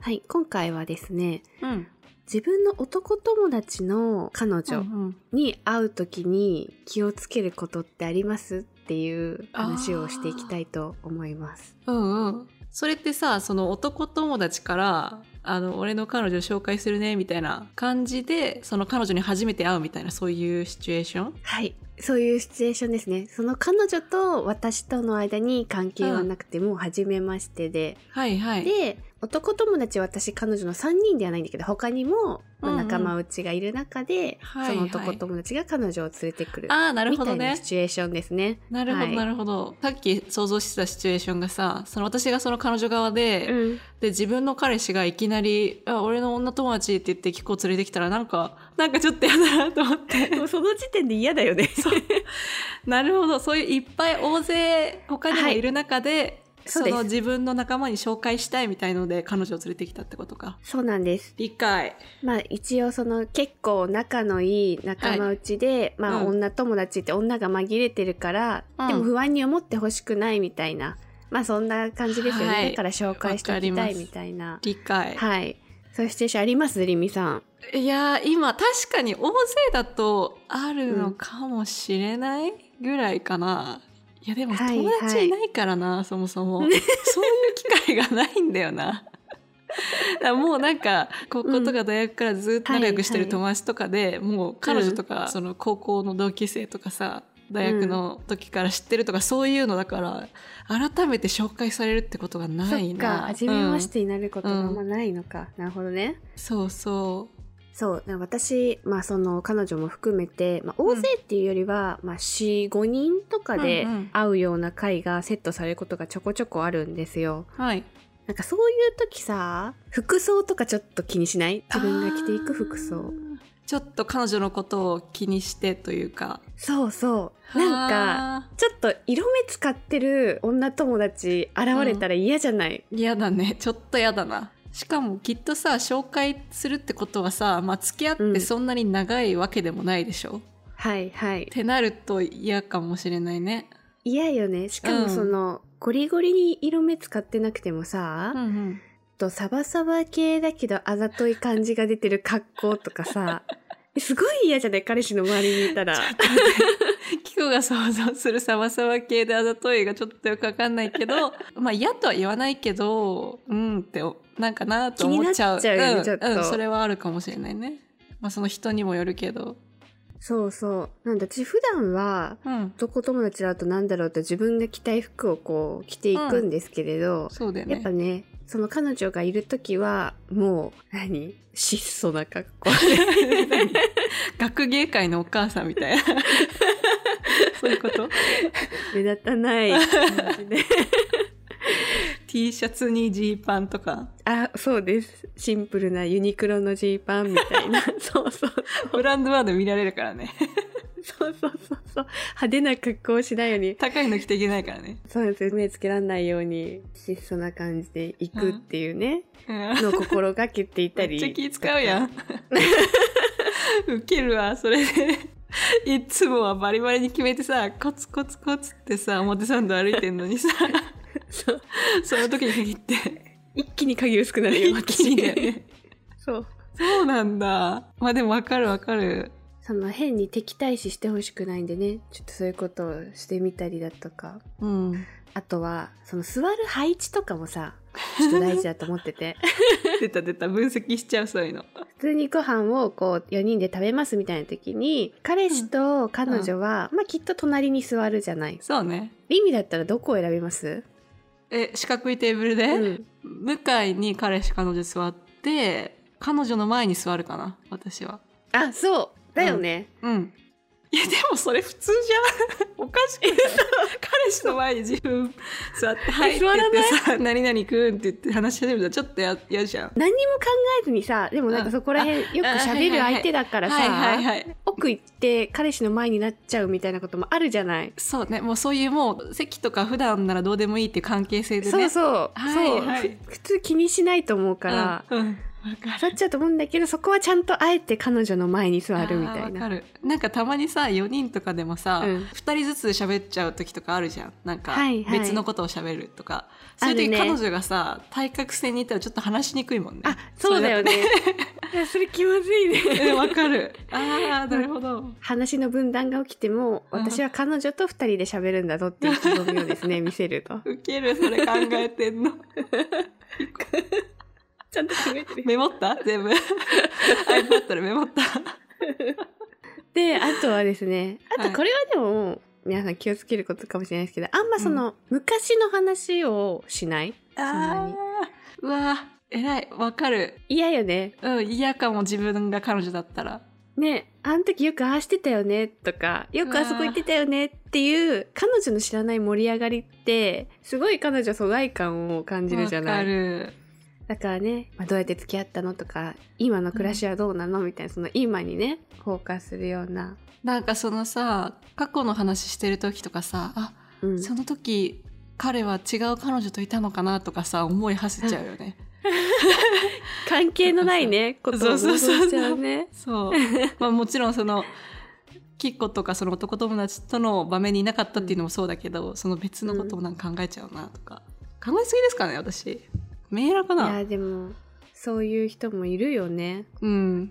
はい、今回はですね、うん。自分の男友達の彼う女んうんに会う時に気をつけることってありますっていう話をしていきたいと思います。うんうん。それってさ、その男友達から、あの、俺の彼女紹介するね、みたいな感じで、その彼女に初めて会うみたいな、そういうシチュエーションはい。そういうシチュエーションですね。その彼女と私との間に関係はなくて、もう初めましてで。はいはい。で、男友達私彼女の3人ではないんだけど、他にも、まあうんうん仲間内がいる中で、はいそはいの男友達が彼女を連れてくる。ああ、なるみほたどいなねシ。チュエーションですね。なるほど、はいなるほど。さっき想像してたシチュエーションがさ、その私がその彼女側で、うん。で、自分の彼氏がいきなり、あ、俺の女友達って言って結構連れてきたら、なんか、なんかちょっと嫌だなと思って。 もうその時点で嫌だよね。なるほど。そういういっぱい大勢他にもはいいる中で、そそうですの自分の仲間に紹介したいみたいので彼女を連れてきたってことか。そうなんです。理解。まあ一応その結構仲のいい仲間内で、まあうん女友達って女が紛れてるから、うんでも不安に思ってほしくないみたいな、まあそんな感じですよね。はいだから紹介しておきわたかいりまみすたいな。理解。はい。そういうシチュエーションありますりみさん。い、やー、今確かに大勢だとあるのかもしれないぐらいかな。いやでもはい友達いないからな、そもそも。 そういう機会がないんだよな。だからもうなんか高校とか大学からずっと仲良くしてうるん友達とかで、もう彼女とか、その高校の同級生とかさ大学の時から知ってるとか、そういうのだから改めて紹介されるってことがなそいっなか。初めまし、てになることがあんまうないのか。なるほどね。うんそうそうそう。だから私、まあその彼女も含めて、まあ大勢っていうよりは、まあ4、5人とかでうんうん会うような会がセットされることがちょこちょこあるんですよ。はいなんかそういう時さ、服装とかちょっと気にしない自分が着ていく服あ装。ーちょっと彼女のことを気にしてというかそうそう。なんか、かちょっと色目使ってる女友達現れたら嫌じゃない、嫌だねちょっと嫌だなしかもきっとさ紹介するってことはさ、まあ、付き合っうんてそんなに長いわけでもないでしょ、っはいはい。てなると嫌かもしれないね嫌よね。しかもその、ゴリゴリに色目使ってなくてもさ、うんうんちょっとサバサバ系だけどあざとい感じが出てる格好とか さえすごい嫌じゃない彼氏の周りにいたらキコが想像するサバサバ系であざといがちょっとよくわかんないけど まあ嫌とは言わないけどうんっておなんかなと思っちゃう気になっちゃうよねんちょっとんそれはあるかもしれないねまあその人にもよるけどそうそうなんだ私普段はうん男友達だとなんだろうと自分が着たい服をこう着ていくんですけれど、そうだよやっねぱねその彼女がいる時はもう何質素な格好学芸会のお母さんみたいな そういうこと目立たない 感じで T シャツにジーパンとかあそうですシンプルなユニクロのジーパンみた いなそうそうブランドワード見られるからねそうそうそうそう派手な格好をしないように高いの着ていけないからね、そうです目つけらんないように質素な感じで行くっていうね、うんのを心がけていた めりっちゃ気使うやんウケるわそれでいつもはバリバリに決めてさコツコツコツってさ表参道歩いてんの にさそうその時に限って一気に鍵薄くなるよ一気にだよ私 ねそうそうなんだまあでもわかるわかるその変に敵対視してほしくないんでねちょっとそういうことをしてみたりだとかうんあとはその座る配置とかもさちょっと大事だと思って て出た出た分析しちゃうそういうの普通にご飯をこう4人で食べますみたいな時に彼氏と彼女は、まあきっと隣に座るじゃないそうねリミだったらどこを選びますえ四角いテーブルで、うん向かいに彼氏彼女座って彼女の前に座るかな私はあそうだよね、うん。いやでもそれ普通じゃん おかしくない彼氏の前に自分座って「はい」って座言らなっていさ「 何々くん」って言って話し始めたらちょっとや嫌じゃん。何にも考えずにさでもなんかそこら辺よく喋る相手だからはいはいさはい。奥行って彼氏の前になっちゃうみたいなこともあるじゃない、そうねもうそういうもう席とか普段ならどうでもいいっていう関係性でね。そうそう、はいはいそうふ普通気にしないと思うから、うんうんか座っちゃうと思うんだけど、そこはちゃんとあえて彼女の前に座あるみたーいわかな。るなんかたまにさ4人とかでもさ、う二ん2人ずつ喋っちゃう時とかあるじゃんなんかはいはい別のことを喋るとか、あるそういう時、ね彼女がさ対角線にいたらちょっと話しにくいもんねあ、そうだよね。いやそれ気まずいね。うんわかる ああなるほど話の分断が起きても、うん私は彼女と二人で喋るんだぞっていう意気込みをですね、見せると。 ウケるそれ考えてんのちゃんと決めてる。メモった 全部 iPad でメモったで、あとはですね、あはといこれはでも、皆さん気をつけることかもしれないですけど、あんまその、昔の話をしないなにーうわー偉いわかる嫌よね。うん嫌かも自分が彼女だったらね、あの時よくああしてたよねとか、よくあそこ行ってたよねっていう、彼女の知らない盛り上がりって、すごい彼女疎外感を感じるじゃわなかい。るだからね、まあ、どうやって付き合ったのとか、今の暮らしはどうなのみたいな、その今にね、フォーカスするような。なんかそのさ過去の話してる時とかさあうん、その時彼は違う彼女といたのかなとかさ思い馳せちゃうよ ね。関係のないね、ことをそうそうそう想像しちゃうね。 そう。まあもちろんそのキッコとかその男友達との場面にいなかったっていうのもそうだけど、その別のこともなんか考えちゃうなとか、考えすぎですかね私。メーラーかいなや、。でも、そういう人もいるよね。うみん。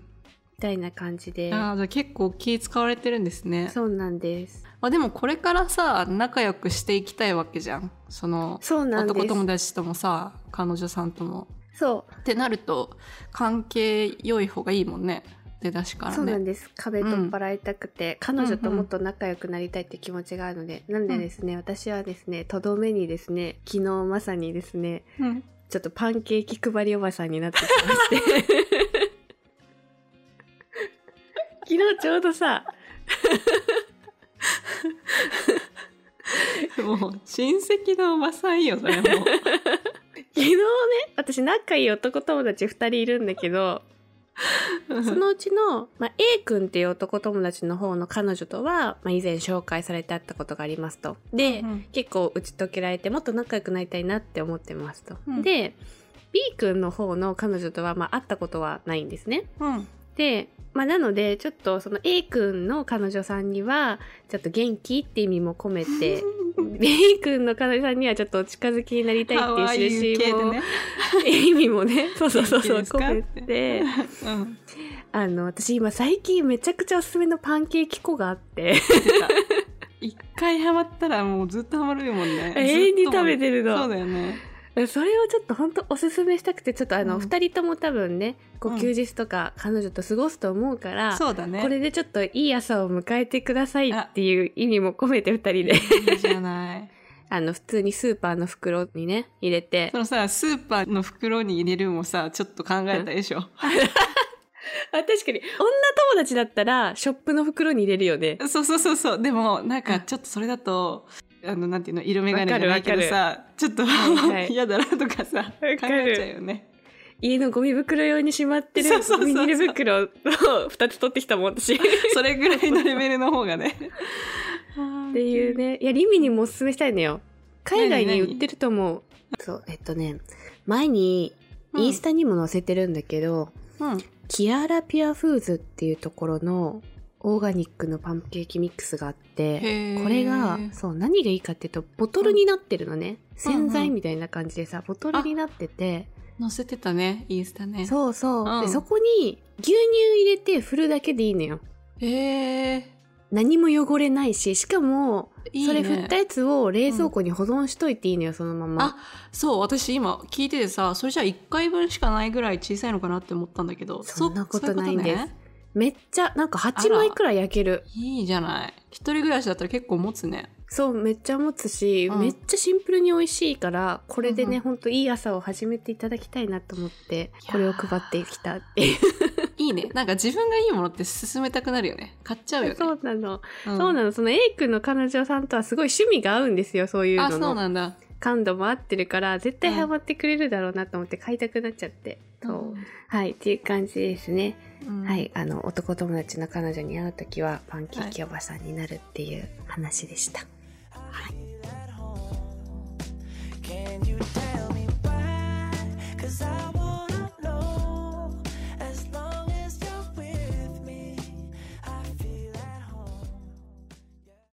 たいな感じで。ああじゃあ結構気使われてるんですね。そうなんです。まあでもこれからさ仲良くしていきたいわけじゃん。そのそうなんで男友す。達ともさ彼女さんとも。そってなると関係良い方がいいもんね出だしかう、らそうなんね。です。壁取っ払いたくて、彼女ともっと仲良くなりたいって気持ちがあるので、なんでですね、私はですね、とどめにですね、昨日まさにですね、うんちょっとパンケーキ配りおばさんになってきまして。 昨日ちょうどさ、もう親戚のおばさんよそれもう昨日ね、私仲いい男友達2人いるんだけど、そのうちの、まあ、A 君っていう男友達の方の彼女とは、まあ、以前紹介されてあったことがありますと。で、うん結構打ち解けられてもっと仲良くなりたいなって思ってますと。うんで B 君の方の彼女とは、まあ、会ったことはないんですね。うんで、まあ、なのでちょっとその A 君の彼女さんにはちょっと元気って意味も込めて B 君の彼女さんにはちょっとお近づきになりたい可って愛いいう系印でも、ね 意味もねそうそうそうそう元気ですか込めて。うんあの私今最近めちゃくちゃおすすめのパンケーキ粉があ って出た一回ハマったらもうずっとハマるもんね永遠に食べててるのそうだよねそれをちょっと本当おすすめしたくてちょっとあの、うん2人とも多分ねこううん休日とか彼女と過ごすと思うから、そうだねこれでちょっといい朝を迎えてくださいっていう意味も込めて2人で いいじゃないあの普通にスーパーの袋にね入れてそのさスーパーの袋に入れるもさちょっと考えたでしょあ確かに女友達だったらショップの袋に入れるよね そうそうそうそう。でも、なんか、ちょっとそれだと、あの、なんていうの、色眼鏡じゃないけどさ、ちょっと、はいはい嫌だなとかさ、考えるちゃうよね。家のゴミ袋用にしまってるそうそうそうそうビニール袋を2つ取ってきたもん私っそれぐらいのレベルの方がね。ていうねいやリミにもおすすめしたいのよ海外に売ってると思うそうえっとね前にインスタ。タにも載せてるんだけど、うん。キアラピュアフーズっていうところのオーガニックのパンケーキミックスがあって、へーこれが、そう、何がいいかっていうと、ボトルになってるのね。洗うん剤うんみたいな感じでさ、ボトルになってて、載せてたね、インスタね。そうそう、うんで。そこに牛乳入れて振るだけでいいのよ。へえ。何も汚れないし、しかも、いいそねれ振ったやつを冷蔵庫に保存しといていいのよ、そのまま。あそう私今聞いててさそれじゃあ1回分しかないぐらい小さいのかなって思ったんだけどそんなことないんですそういうこめっちゃ、なんかあ8ら枚くらい焼ける。とねいいじゃない一人暮らしだったら結構持つねそうめっちゃ持つし、うんめっちゃシンプルに美味しいからこれでうんうね、んほんといい朝を始めていただきたいなと思ってーこれを配ってきたっていういいねなんか自分がいいものって勧めたくなるよね買っちゃうよねそうなの、うんそうなのその A 君の彼女さんとはすごい趣味が合うんですよそういうのあそうのなんだ感度も合ってるから絶対ハマってくれるだろうなと思って買いたくなっちゃって、そうはいっていう感じですね、うんはいあの男友達の彼女に会う時はパンケーキおばさんになるっていう話でした、 I feel at home. Can you tell?